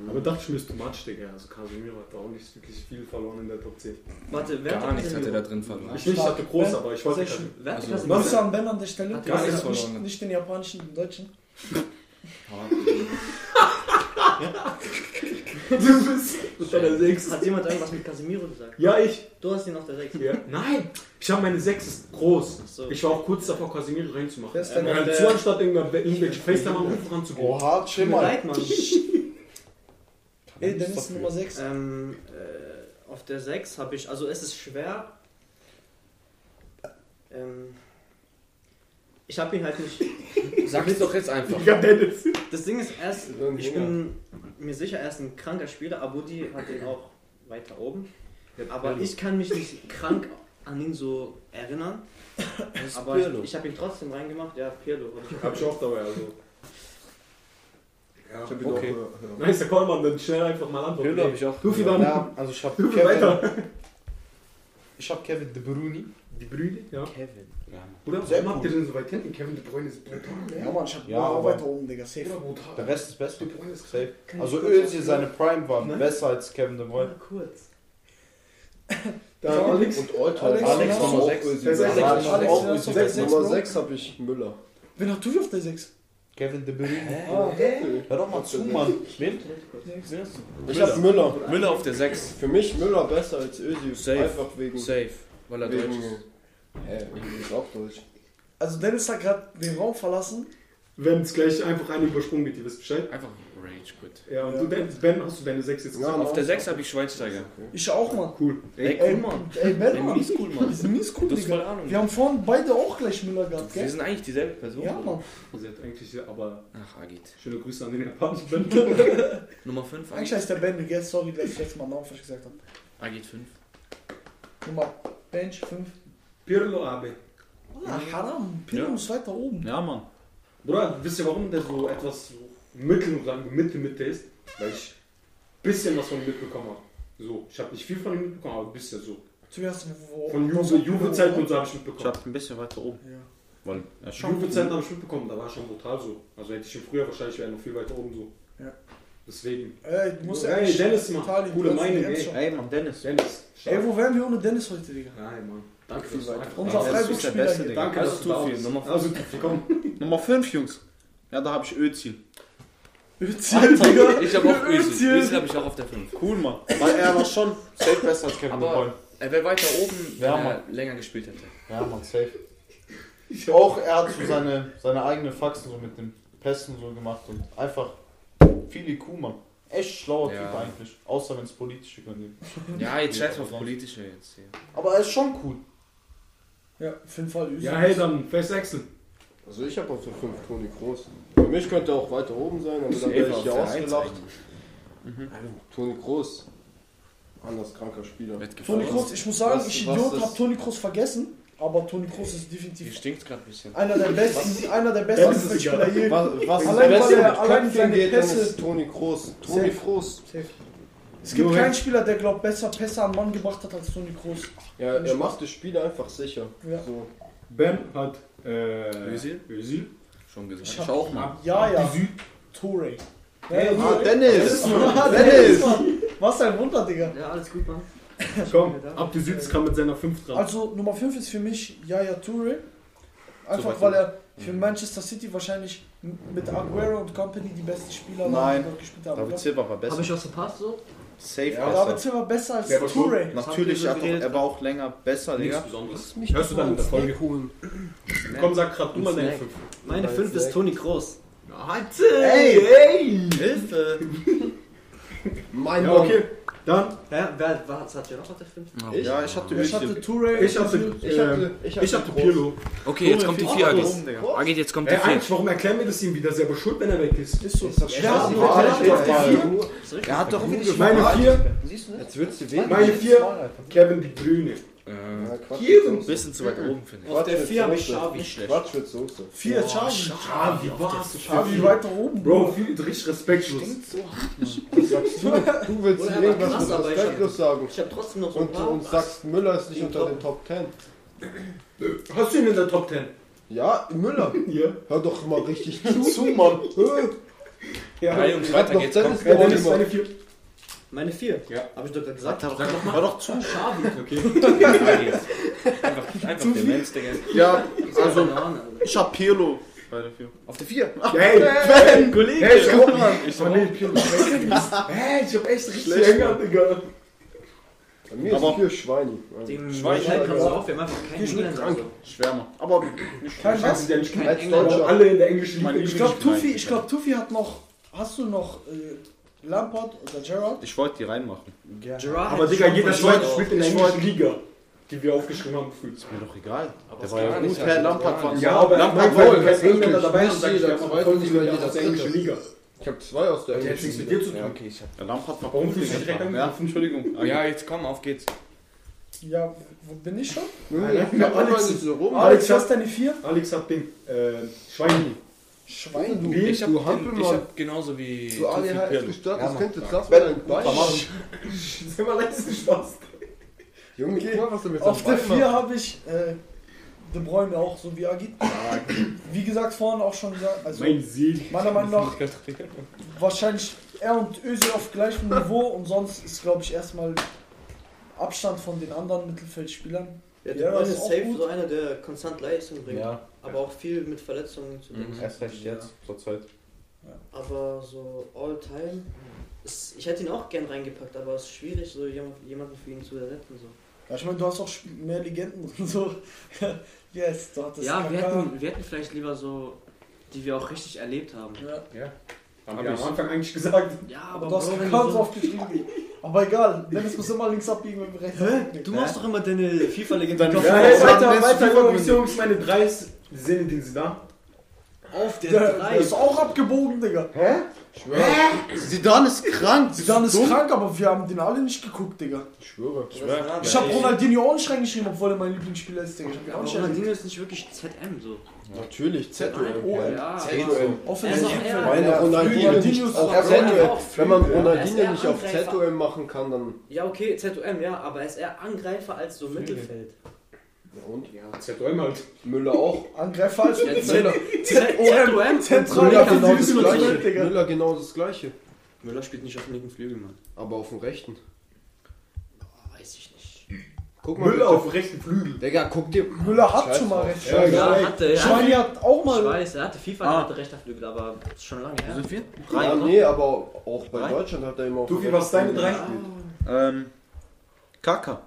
S1: Aber dachte ich mir, ist too much, Digga. Also Casemiro hat da auch nicht wirklich viel verloren in der Top 10.
S3: Warte, wer
S5: Gar
S3: hat
S5: nichts hat er
S3: Casemiro?
S5: da drin verloren.
S1: Ich nicht, ich hatte groß,
S2: Ben,
S1: aber ich wollte
S2: sehr schön.
S1: Casemiro.
S3: Wer hat
S5: Also,
S3: Casemiro?
S2: Grüße an Ben an der Stelle.
S3: Hat gar
S5: nichts
S2: nicht,
S5: verloren.
S2: nicht den japanischen, den deutschen.
S1: Du bist das war der 6.
S3: Hat jemand irgendwas mit Casemiro gesagt?
S1: Ja, ich.
S3: Du hast ihn auf der 6.
S1: Ja. Nein, ich habe meine 6 ist groß.
S3: So.
S1: Ich war auch kurz davor, Casemiro reinzumachen.
S2: Wer ist denn
S1: Ähm,
S2: der-
S1: zu, anstatt irgendwann- irgendwelche FaceTime-Anrufe ranzugehen.
S6: Oha,
S3: Tut
S6: chill
S3: mir
S6: mal.
S3: leid, Mann.
S2: Ey, Dennis Nummer 6.
S3: Ähm, äh, auf der 6 habe ich, also es ist schwer. Ähm, ich habe ihn halt nicht.
S5: Sag es doch jetzt einfach.
S1: Digga, Dennis.
S3: Das Ding ist erst,
S6: So ein
S3: ich
S6: Hunger.
S3: bin mir sicher, er ist ein kranker Spieler. Abudi hat ihn auch weiter oben. Aber ich kann mich nicht krank an ihn so erinnern. Aber ich, ich habe ihn trotzdem reingemacht. Ja, Pirlo. hab ich-
S1: Hab ich auch dabei, also.
S6: Ich hab ihn
S5: Okay.
S6: auch, äh,
S1: Nice, der Callmann, dann schnell einfach mal antworten.
S4: Pirlo habe ich auch.
S1: Du viel dann.
S5: Ja.
S1: Ja.
S5: Also ich hab
S1: Du viel weiter.
S5: Ich hab Kevin De Bruyne.
S1: Die Brüder, ja.
S5: Kevin. Ja.
S1: Oder?
S6: Sehr
S1: Warum habt ihr
S6: gut.
S1: denn so weit hinten? Kevin De Bruyne ist brutal.
S2: Ja, Mann, ich hab
S5: Ja,
S2: ja,
S5: aber-
S2: weiter oben, Digga. Safe.
S1: Oder brutal.
S5: Der Rest ist besser.
S1: De Bruyne ist
S5: Safe.
S3: Kann ich
S5: Also
S3: kurz
S5: Özil,
S3: auf-
S5: seine Prime war
S3: Ne?
S5: besser als Kevin De
S3: Ja,
S5: Bruyne.
S3: Ah, kurz.
S1: Da, Alex.
S6: Und All-Time.
S2: Alex
S5: Nummer
S6: auch
S5: sechs.
S6: Özil.
S1: Sechs,
S6: Ja,
S1: Alex,
S6: ich hab auch
S2: Alex,
S6: Özil.
S2: Alex, Alex,
S6: Nummer
S2: Bro.
S6: 6 habe ich Müller.
S2: Wen hast du auf der 6?
S5: Kevin De Bruyne.
S2: Ah,
S5: Hör doch mal zu, Mann. Wen?
S6: Ich hab Müller.
S4: Müller auf der 6.
S6: Für mich Müller besser als Özil.
S4: Safe.
S6: Einfach wegen.
S4: Safe. Weil er deutsch
S6: wegen
S4: ist.
S6: Hä, Özil ist auch deutsch.
S2: Also Dennis hat gerade den Raum verlassen.
S1: Wenn es gleich einfach einen übersprungen geht, ihr wisst Bescheid.
S4: Einfach Rage Quit.
S1: Ja, und du, Ben, Ben, hast du deine 6 jetzt gesagt?
S6: Ja,
S4: Auf der 6 habe ich Schweinsteiger.
S2: Ich auch, Mann.
S1: Cool.
S2: Ey,
S4: Ey, cool, Mann.
S2: Ey, Ben,
S4: Ey,
S2: Mann.
S4: mies cool,
S2: Das
S4: Mann.
S2: ist mies cool,
S4: Du hast voll
S2: Digga.
S4: Ahnung.
S2: Wir haben vorhin beide auch gleich Müller gehabt,
S4: Wir
S2: gell?
S4: sind eigentlich dieselbe Person.
S2: Ja, Mann.
S1: Sie hat eigentlich, aber
S4: Ach, Agit.
S1: schöne Grüße an den japanischen Ben.
S4: Nummer 5,
S2: Eigentlich heißt der Ben, gell? Sorry, dass ich letztes Mal Namen falsch gesagt habe.
S4: Agit 5.
S2: Nummer Bench 5.
S1: Pirlo Abe.
S2: Ah, Haram, Pirlo
S4: Ja.
S2: ist weiter oben.
S4: Ja, Mann.
S1: Bruder, wisst ihr, warum der so etwas so mittel, sagen wir Mitte, Mitte ist? Weil ich ein bisschen was von ihm mitbekommen habe. So, ich habe nicht viel von ihm mitbekommen, aber ein bisschen so.
S2: Zuerst wo,
S1: Von
S2: was
S1: Juve,
S2: mit Pirlo
S1: Juve-Zeit
S2: war.
S1: und so habe ich
S4: Ich
S1: mitbekommen.
S4: hab's ein bisschen weiter oben.
S2: Ja.
S4: Weil er ist schon.
S1: Juve-Zeit habe ich mitbekommen, da war er schon brutal so. Also hätte ich ihn früher wahrscheinlich, wäre er noch viel weiter oben so.
S2: Ja.
S1: Deswegen.
S2: Ey, du musst ja
S1: Ey,
S2: eigentlich
S1: Dennis, Mann.
S2: Italien,
S1: Coole
S2: du hast die
S1: Meinung,
S2: Ernst
S1: ey.
S2: schon.
S5: Ey, Mann, Dennis.
S1: Dennis.
S2: Ey,
S1: stark.
S2: wo wären wir ohne Dennis heute, Digga?
S1: Nein, Mann. Danke
S6: viel
S1: fürs
S6: weiter.
S1: Weiter.
S2: Unser
S4: Das ist der
S2: Freiburg-Spieler
S4: Beste,
S2: hier.
S4: Digga.
S1: Danke,
S4: Also
S1: dass
S4: zu
S1: du da
S4: viel.
S1: bist.
S4: Nummer-
S1: Also, Tufi, komm.
S4: Nummer 5, Jungs. Ja, da hab ich Özil.
S2: Özil, Digga.
S4: Ich hab auch Özil.
S2: Özil.
S4: Özil hab ich auch auf der 5.
S5: Cool, Mann. Weil er war schon safe besser als Kevin De Bruyne.
S4: Aber er wäre weiter oben, wenn
S5: Ja,
S4: er länger gespielt hätte.
S5: Ja, Mann, safe. Auch er hat so seine, seine eigene Faxen so mit den Pässen so gemacht und einfach viel IQ, Mann. Echt schlauer
S4: Ja.
S5: Typ eigentlich. Außer wenn es politische Gründe gibt.
S4: Ja, jetzt scheiß
S5: scheiß
S4: auf
S5: auf
S4: politische jetzt hier.
S5: Aber er ist schon cool.
S2: Ja, auf jeden Fall Özil.
S1: Ja, hey, dann fest Axel.
S6: Also ich habe auf der 5 Toni Kroos. Für mich könnte er auch weiter oben sein, aber dann werde ich ja ausgelacht. Also, Toni Kroos, anders kranker Spieler.
S2: Toni
S4: Hier
S2: Kroos, ich muss sagen,
S6: was-
S2: ich
S6: was
S2: Idiot
S6: ist-
S2: hab Toni Kroos vergessen, aber Toni Kroos ist definitiv
S4: stinkt's gerade ein bisschen.
S2: einer der besten, einer der besten
S1: Dennis ist
S2: Fußballspieler je.
S6: Was, was ist
S2: Allein weil
S6: besser
S2: er-
S6: mit
S2: allein
S6: Köpfen
S2: seine
S6: geht, dann
S2: Pässe-
S6: ist Toni Kroos. Toni
S2: Safe.
S6: Kroos.
S2: Es gibt
S6: Nur
S2: keinen
S6: wenn-
S2: Spieler, der glaubt, besser Pässe an Mann gebracht hat als Toni Kroos.
S6: Ja, er macht das Spiel einfach sicher.
S2: Ja.
S6: So.
S1: Ben hat äh,
S4: Özil?
S1: Özil.
S4: Schon gesagt.
S2: Ich
S4: Ich,
S2: hab-
S4: auch mal.
S2: Ja, ja.
S1: Süd.
S2: Touré.
S1: Hey,
S2: Ja,
S1: Mann.
S5: Dennis!
S2: Mann, Dennis! Mann. Was ein Wunder, Digga.
S3: Ja, alles gut, Mann.
S1: Komm, Abdi Süd kam mit seiner 5 dran.
S2: Also Nummer 5 ist für mich Yaya Touré. Einfach
S4: Super
S2: weil er für
S1: Mhm.
S2: Manchester City wahrscheinlich m- mit Aguero und Company die besten Spieler waren, die
S5: Nein.
S2: dort gespielt haben.
S5: David
S2: oder?
S5: Silva war
S3: Habe
S5: besser.
S3: ich was verpasst so?
S5: Safe
S2: Ja,
S5: besser.
S2: David Silva besser als
S1: Der war gut.
S2: Touré.
S5: Natürlich, er,
S3: Habt
S5: hat
S3: ihr
S5: auch,
S3: geredet?
S5: er war auch länger besser,
S1: Nichts
S5: Digga.
S1: Besonderes. Hörst du dann in der Folge?
S6: holen?
S1: Komm, sag grad du mal deine
S3: Snack.
S1: 5.
S3: Meine
S5: Weil
S3: 5 ist
S5: Snack.
S3: Toni Groß.
S5: Ey! Ey! Hilfe!
S6: Mein
S1: Ja,
S6: Mann.
S1: okay. Dann,
S3: Hä? Wer, was hat ihr noch auf der 5?
S5: Ja, ich hatte
S2: Ja, Ich hatte
S5: Özil.
S2: Touré.
S1: ich hatte,
S6: Ich
S1: äh,
S6: hatte, ich hatte,
S1: ich hatte
S6: Kroos.
S1: Pirlo.
S4: Okay, jetzt
S3: Oh,
S4: kommt die 4, Agit. Agit, jetzt kommt die
S1: Ey,
S4: 4.
S1: eigentlich, warum erklären wir das ihm wieder selber schuld, wenn er weg ist?
S2: Ist so.
S6: Ja,
S2: Ja,
S6: ich
S2: aber
S6: hatte
S2: Alter,
S6: Kroos.
S2: der Vier-
S5: Er hat doch
S1: Meine 4,
S5: Siehst du
S6: Jetzt würdest du weh.
S1: meine 4, Kevin die Grüne.
S6: Ja, Quatsch.
S1: Jeden.
S6: mit Soße.
S4: Bisschen Äh, zu weit oben, finde ich.
S3: Auf der 4 habe ich
S6: Schlecht.
S3: Schavi.
S6: Quatsch mit Soße.
S2: Vier Charlie.
S1: Xavi, warst du
S2: Charlie weiter oben.
S1: Bro, viel, richtig respektlos.
S6: Sagst du, du willst
S3: Oder
S6: hier
S3: aber krass,
S6: irgendwas mit
S3: aber ich
S6: respektlos sagen.
S3: Ich habe trotzdem noch so ein
S6: Und,
S3: paar.
S6: und sagst, Müller ist nicht
S3: Die
S6: unter
S3: Top-
S6: den Top 10.
S1: Hast du ihn in der Top 10?
S6: Ja, Müller.
S1: Ja.
S6: Hör doch mal richtig zu. zu, Mann.
S4: Ja,
S1: Ja,
S4: Jungs,
S6: Schreib
S4: weiter
S6: doch
S4: geht's.
S6: Dennis
S4: Komm.
S1: wer denn
S6: Dennis
S1: ist
S6: Dennis
S1: meine 4?
S3: Meine 4?
S1: Ja.
S3: Habe ich doch gerade gesagt.
S4: War doch zu
S1: Xavi. Okay.
S4: Agit. Einfach, einfach Demenz, Digga.
S5: Ja,
S3: Also,
S5: ich hab Pirlo. Bei der 4.
S4: Auf der 4.
S1: Hey, Ben, Kollege! Hey, ich guck mal! Ich
S4: sag-
S1: Hey, Ah, ich hab echt richtig Hänger, Digga!
S6: Bei mir ist
S5: Aber-
S6: hier Schweini. Also,
S3: Den
S6: Schwein-
S3: Schweinchen kannst du auf, wir haben einfach keinen Spieler. Also.
S5: Schwärmer. Aber
S1: Das
S2: Kein was?
S1: sind ja nicht
S6: Als
S1: Deutsche
S6: Deutscher.
S1: alle in der englischen
S4: Mein
S1: Liga.
S2: Ich glaube, Tufi, ich glaub, Tufi hat noch. Hast du noch äh, Lampard oder Gerrard?
S4: Ich wollte die reinmachen.
S3: Gerard
S1: Aber Digga, jeder Zweite
S3: Schwein-
S1: spielt in der englischen Liga, die wir aufgeschrieben haben, gefühlt.
S4: Mir doch egal.
S3: Aber
S4: Der
S3: es
S4: war ja
S3: gar
S4: gut.
S3: nicht.
S5: Per Lampard war
S1: Ja, aber
S6: Lampard
S1: Mike, weil
S6: wohl,
S1: du
S6: das
S1: kein Engländer
S6: wirklich.
S1: dabei hast, sag ich
S6: Jeder
S1: dir mal,
S6: zweite
S1: voll lieber
S6: Liga,
S1: jeder aus der
S6: jeder
S1: englischen Liga.
S6: Ich habe zwei aus der
S1: Der hat nichts
S6: englischen
S1: mit dir
S6: Liga.
S1: zu tun.
S4: okay, ich hab. Der Lampard war
S1: Warum
S4: gut,
S1: fühlst du dich
S4: Digga.
S1: direkt
S4: Ja,
S1: angegriffen?
S4: Entschuldigung. Agit. Ah, Ja, jetzt komm, auf geht's.
S2: Ja, wo bin ich schon?
S6: Junge,
S1: Alter,
S6: ich hab
S1: Alex-
S6: immer nicht so rum.
S2: Alex, was ist deine vier?
S1: Alex hat Ding, äh, Schweini.
S6: Schwein, du,
S4: Ich hab,
S6: du
S4: den, ich
S6: Hampelmann.
S4: hab genauso wie.
S6: Du
S4: Tufi
S6: ADHS
S4: Pirlo.
S6: gestört, das könnte jetzt lass mal
S5: Ben-
S6: dein Bein.
S1: Sind wir letzten Spaß?
S6: Junge, guck mal, was du mit
S2: Auf der
S6: deinem Bein
S2: 4 habe ich äh, De Bruyne auch, so wie Agit. Wie gesagt, vorhin auch schon gesagt. Also,
S1: Mein Sieg.
S2: meiner Meinung nach, wahrscheinlich er und Özil auf gleichem Niveau und sonst ist, glaube ich, erstmal Abstand von den anderen Mittelfeldspielern.
S3: Ja,
S2: Ja,
S3: der Mann
S2: ist
S3: ist
S2: auch
S3: safe
S2: gut.
S3: so einer, der konstant Leistung bringt.
S5: Ja,
S3: Aber auch viel mit Verletzungen zu tun.
S4: Mhm.
S5: erst recht jetzt, zur Zeit.
S3: Aber so All-Time, ist- ich hätte ihn auch gern reingepackt, aber es ist schwierig, so jem- jemanden für ihn zu ersetzen. So.
S2: Ja, ich meine, du hast auch sp- mehr Legenden drin. So. yes, du hattest
S7: Ja, wir
S2: Kaká.
S7: hätten, wir hätten vielleicht lieber so, die wir auch richtig erlebt haben.
S2: Ja.
S1: Haben wir am Anfang eigentlich gesagt.
S7: Ja,
S2: Aber
S7: aber
S2: du hast
S7: Bro, wenn
S2: Kaká
S7: du
S2: so aufgeschrieben. Aber egal, Dennis muss immer links abbiegen, wenn wir rechts abbiegen.
S7: Du machst doch immer deine FIFA-Legende.
S1: Ja, hey,
S5: Dann
S1: weiter,
S5: lässt du
S1: weiter,
S5: die
S1: weiter,
S5: Runde.
S1: Jungs, meine 3 Sinne, den sie da.
S8: Auf
S2: Der, der ist auch abgebogen, Digga.
S5: Hä?
S6: Ich schwöre.
S5: Sidan ist krank.
S2: Zidane ist krank, aber wir haben den alle nicht geguckt, Digga.
S6: Ich schwöre.
S2: Ich hab Ronaldinho auch nicht reingeschrieben, obwohl er mein Lieblingsspieler ist, Digga. Ich hab ihn auch
S3: Aber
S2: nicht erwähnt.
S3: Ronaldinho ist nicht wirklich ZM so.
S6: Natürlich, ZOM.
S2: Oh, ja.
S3: Ja,
S6: ZOM.
S2: Offensiv.
S3: Er ist auch-
S6: Weil
S3: Ja,
S6: er Ronaldinho
S2: Ronaldinho
S6: nicht
S2: ist
S6: auf
S2: auch-
S6: ZOM.
S3: auch
S6: Wenn man
S3: Flügel, ja. Er
S6: Ronaldinho
S3: ist
S6: nicht
S3: der
S6: auf
S3: Angreifer.
S6: ZOM machen kann, dann.
S3: Ja, okay, ZOM, ja, aber ist er Angreifer als so Mittelfeld?
S6: Ja, und?
S1: ZOM halt.
S6: Müller auch.
S2: Angreifer als
S3: Ja,
S2: Mittelfelder.
S3: ZOM?
S2: Zentral-
S6: Müller
S2: Ja,
S6: genau das
S2: das ist
S6: gleiche.
S2: Müller, Digga.
S6: Müller genau das gleiche.
S3: Müller spielt nicht auf dem linken Flügel, Mann.
S6: Aber auf dem rechten.
S3: Boah, weiß ich nicht.
S6: Guck mal.
S1: Müller
S6: bitte.
S1: auf dem rechten Flügel.
S6: Digga, guck dir.
S2: Müller hat
S6: Scheiß
S2: schon mal
S6: drauf.
S2: recht.
S6: Ja, ja.
S3: Ja, hatte, ja.
S2: Schweini hat auch
S3: Ich
S2: mal.
S3: weiß, er hatte FIFA,
S9: Ah.
S3: ah. hatte rechter Flügel, aber das ist schon lange her.
S9: Sind wir?
S6: Ja, nee, aber auch bei
S9: Drei?
S6: Deutschland hat er immer auf
S1: Du,
S6: dem
S1: wie war's deine
S6: rechten
S1: drei?
S9: Ähm, Kaka.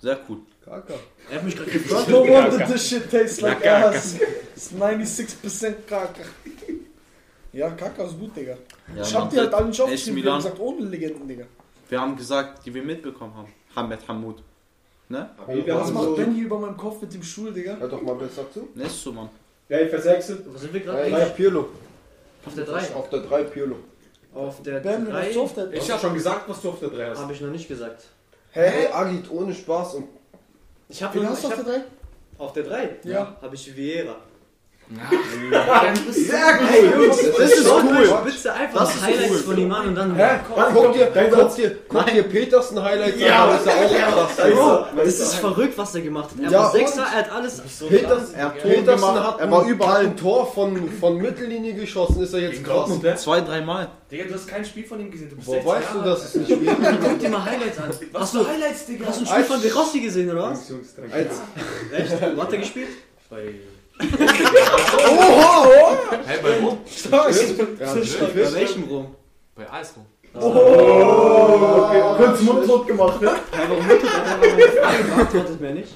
S9: Sehr cool.
S6: Kaka.
S3: Er hat mich gerade gefragt.
S2: No wonder this shit tastes like
S9: Kaka.
S2: ass. It's 96% Kaka. Ja, Kaka ist gut, Digga.
S9: Ja,
S2: ich hab die halt alle nicht
S9: AC
S2: aufgeschrieben, wie
S9: Milan.
S2: gesagt, ohne Legenden, Digga.
S9: Wir haben gesagt, die wir mitbekommen haben. Hamed Hamoud. Ne?
S1: Wir
S2: Was
S1: haben
S2: macht
S1: so.
S2: Benny über meinem Kopf mit dem Stuhl, Digga?
S6: Hör doch mal besser zu.
S9: Ne, ist so, Mann.
S1: Ja, ich versechse.
S3: Wo sind wir
S6: Ja,
S3: gerade?
S6: ich hab Pirlo.
S3: Auf der 3.
S6: Auf der 3 Pirlo.
S3: Auf der
S2: Ben, du hast
S3: 3
S2: so oft der
S1: Ich hab schon gesagt, was du auf der 3 hast.
S3: habe ich noch nicht gesagt.
S6: Hey,
S2: Hä?
S6: Agit, ohne Spaß und
S3: Ich habe
S2: Wen
S3: noch
S2: hast du auf der
S3: ich
S2: 3?
S3: hab, auf der 3
S2: Ja.
S3: habe ich Vieira.
S1: Sehr
S6: Das ist cool.
S3: Bitte einfach das Highlights von ihm an und dann.
S6: Guck dir, guck dir, guck dir Petersen Highlights an, da ist er auch krass.
S3: Bro, das ist verrückt, was er gemacht hat. Er
S6: Ja,
S3: war Sechser,
S6: und?
S3: er hat alles.
S6: Petersen,
S1: Er hat Tore
S6: Petersen
S1: gemacht,
S6: hat
S1: er war
S6: ein-
S1: überall.
S6: ein Tor von, von Mittellinie geschossen, ist er jetzt krass.
S1: Dortmund, ne?
S9: Zwei, dreimal.
S4: Digga, du hast kein Spiel von ihm gesehen. Du bist
S6: Wo
S4: 16
S6: weißt du,
S4: Jahre
S6: dass es nicht spielt?
S3: Guck dir mal Highlights an. Hast du,
S4: alt. Highlights, Digga.
S3: hast du ein Spiel von De Rossi gesehen, oder was?
S1: Jungs, Jungs, danke.
S6: Als
S3: Echt? Wo hat er gespielt?
S4: Hey, bei wo?
S6: ja, das
S2: Bei
S6: ist-
S3: welchem Rom?
S4: Bei AS rum.
S2: Oh, kurz Mundrot gemacht, ne?
S3: Ja, warum hat er meine Frage beantwortet mir nicht?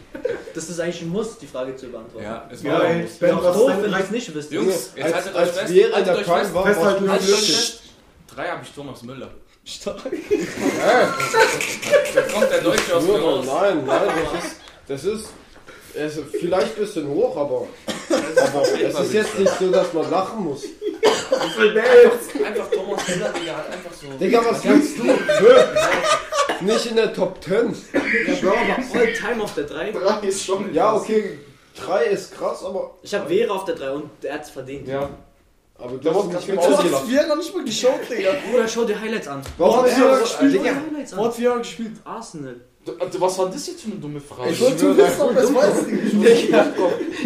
S3: Das ist eigentlich ein Muss, die Frage zu beantworten.
S4: Ja, es war.
S1: Geil.
S4: Jungs,
S1: Ben,
S3: Doch
S1: was
S3: doof,
S1: deine
S3: wenn du
S1: drei?
S3: es nicht wisst.
S4: Jungs, jetzt
S6: als,
S4: haltet euch
S6: als
S4: fest.
S6: Vera in
S4: Haltet
S6: der
S4: euch fest.
S6: Prime war, war
S1: Festhalten.
S6: ich
S4: Haltet euch fest. Drei habe ich Thomas Müller. Jetzt kommt der Deutsche aus mir
S6: Hörer.
S4: raus.
S6: Nein, nein, das ist, das ist, es ist vielleicht ein bisschen hoch, aber, aber es ist jetzt nicht so, dass man lachen muss.
S4: Einfach Thomas Müller, Digga, hat einfach so.
S6: Digga, was willst du? Hör. Nicht in der Top 10.
S3: Ja, Bro, aber voll Time auf der 3.
S5: Drei ist schon.
S6: Ja, okay, 3 ist krass, aber,
S3: Ich habe Vera auf der 3 und er hat's verdient.
S6: aber du
S5: Da
S6: hast
S5: wurde
S6: nicht
S5: gerade
S6: mit
S5: mit
S2: Du
S6: ausgelacht.
S2: hast Vierer nicht mal geschaut, Digga.
S3: Bruder, schau dir Highlights an.
S6: Warum hast du
S2: Digga,
S6: das
S3: Schau dir
S6: gespielt?
S3: Highlights
S2: Wo
S3: an.
S2: hat Vierer gespielt?
S3: Arsenal.
S4: Also, was war das jetzt für eine dumme Frage?
S6: Ich
S2: Ich wollte wissen, ob er es weiß, Digga.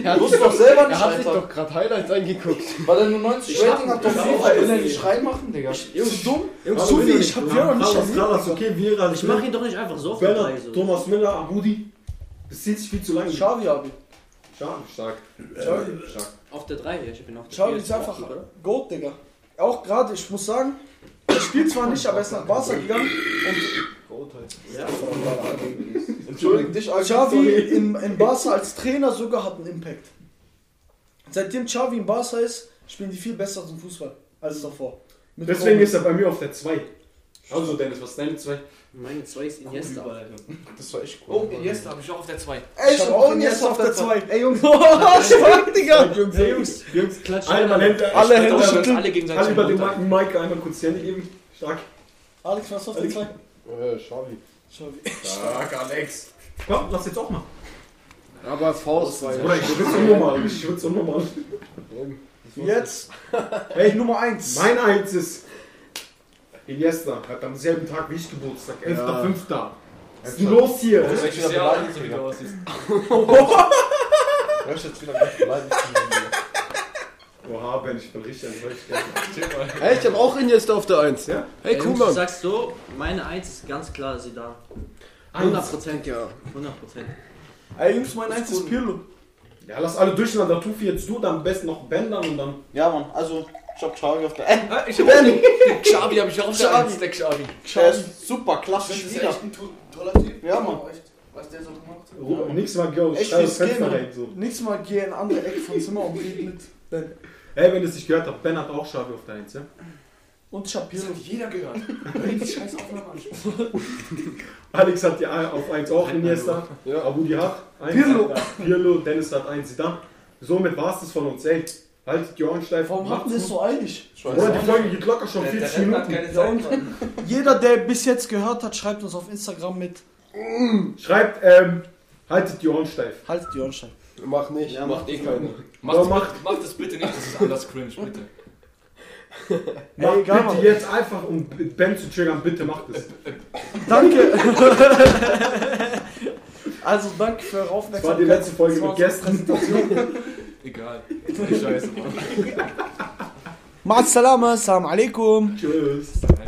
S6: Er hat,
S5: Du
S6: sich
S5: musst
S6: doch,
S5: doch selber
S6: er
S5: nicht
S6: hat sich
S5: einfach.
S6: doch gerade Highlights angeguckt.
S5: Weil er nur 90 Rating hat, doch FIFA innerlich reinmachen, Digga.
S3: Jungs,
S2: dumm?
S3: Jungs,
S2: Zu
S3: du
S2: viel,
S3: bist
S2: ich
S3: doch
S2: hab
S3: nicht
S2: Vierer
S3: dumm.
S2: nicht
S1: Carlos
S2: erwähnt.
S1: Navas, okay, Vera,
S3: Ich mach ihn doch nicht einfach so auf der 3
S1: Bella,
S3: so.
S1: Thomas Müller, Abudi. Das zieht sich viel zu lange.
S2: Xavi hab ich.
S1: Schade, stark.
S2: Xavi.
S3: Auf der 3, ja, ich hab ihn auf der
S2: Xavi
S3: vier.
S2: ist einfach Gold, Digga. Auch gerade, ich muss sagen, er spielt zwar nicht, aber er ist nach Barca gegangen
S3: Ja.
S2: und
S5: Entschuldige dich, Alter.
S2: Xavi in, in Barca als Trainer sogar hat einen Impact. Seitdem Xavi in Barca ist, spielen die viel besser zum Fußball als davor. Mit
S1: Deswegen
S2: Robben.
S1: ist er bei mir auf der 2. Also Dennis, was ist deine 2?
S3: Meine 2 ist Iniesta.
S5: Das war echt cool.
S4: Oh, jetzt habe ich auch auf der 2.
S2: Ey, ich
S5: Ich
S2: hab
S5: hab
S2: auch
S5: auch
S2: einen Jess auf der 2. Ey, Jungs.
S3: stark,
S2: Digga.
S3: Hey, Jungs, Jungs, klatsch.
S1: Einmal Hände,
S2: Alle
S1: Alle
S2: Hände
S1: Hände,
S2: schütteln.
S4: Alle gegenseitig.
S1: alle über den
S4: runter.
S1: Mike, Mike einmal kurz die Hände geben. Stark.
S2: Alex, was auf der 2?
S6: Äh, Schavi.
S1: Stark, Alex. Komm, lass jetzt auch mal.
S6: Aber Faust war
S1: Oder
S6: ja.
S1: ich schwitze unnormal. Ich schwitze unnormal.
S2: Jetzt.
S1: Ey,
S2: Nummer 1.
S1: Mein Eins ist. Iniesta hat am selben Tag wie ich Geburtstag. 11.05. Was ist denn los hier?
S4: Das ist sehr alt, so wie du aussiehst.
S5: Du hast jetzt wieder gleich beleidigt.
S1: Oha, Ben, ich bin richtig enttäuscht.
S6: Hey, ich hab auch Iniesta auf der 1.
S1: Ja?
S6: Hey,
S3: Jungs, du
S6: Kuhmann.
S3: sagst so, meine 1 ist ganz klar Zidane.
S1: Eins.
S3: 100%, ja. 100%.
S2: Ey, Jungs, mein 1 ist Pirlo.
S1: Ja, lass alle durcheinander. Tufi jetzt du, dann am besten noch Ben dann und dann.
S5: Ja, Mann, also, ich hab Xavi auf der. Ey,
S4: Ah, Ich hab auch den Xavi, hab ich auch auf der 1. Der Xavi.
S5: der ist super, klasse
S4: Das ist
S5: Spieler.
S4: echt ein
S5: toller Typ. Ja,
S2: Genau,
S5: Mann.
S4: Was der so gemacht hat.
S1: Ruhe. Nächstes Mal geh
S2: Echt,
S1: ich schreibe
S2: wie
S1: das
S2: es geht,
S1: Fenster
S2: Mann.
S1: rein. So.
S2: Nächstes Mal geh in ein anderes Eck vom Zimmer und red mit Ben.
S1: Ey, wenn ihr es nicht gehört habt, Ben hat auch Schafe auf der Eins, ja?
S2: Und ich hab
S4: Das
S2: Pirlo.
S4: hat jeder gehört. Hör die scheiß Aufnahme an.
S1: Alex hat ja auf 1 auch Iniesta.
S6: Ja.
S1: Abudi hat 1.
S2: Pirlo.
S1: Pirlo, Dennis hat 1 da. Somit war es das von uns, ey. Haltet die Ohren steif.
S2: Warum hatten wir es
S1: das?
S2: so eilig?
S1: Oder die Folge geht locker schon
S10: Der- der
S1: 40
S10: Rest hat keine
S1: Minuten.
S10: Zeit. Mann.
S2: Jeder, der bis jetzt gehört hat, schreibt uns auf Instagram mit.
S1: Schreibt, ähm, haltet die Ohren steif.
S2: Haltet die Ohren steif.
S6: Mach nicht.
S3: Ja, macht eh keinen.
S1: Oder
S10: Macht,
S1: macht-
S10: macht, macht das bitte nicht, das ist anders cringe, bitte.
S2: Mach
S1: Ey,
S2: gar
S1: bitte
S2: mal.
S1: jetzt einfach, um Ben zu triggern, bitte macht es.
S2: Danke. also danke für eure Aufmerksamkeit.
S1: Das war die letzte Folge
S2: Das war
S1: mit
S2: unsere
S1: Gästen.
S2: Präsentation.
S10: Egal. Scheiße, Mann.
S2: Ma'as salama, salam alaikum.
S1: Tschüss.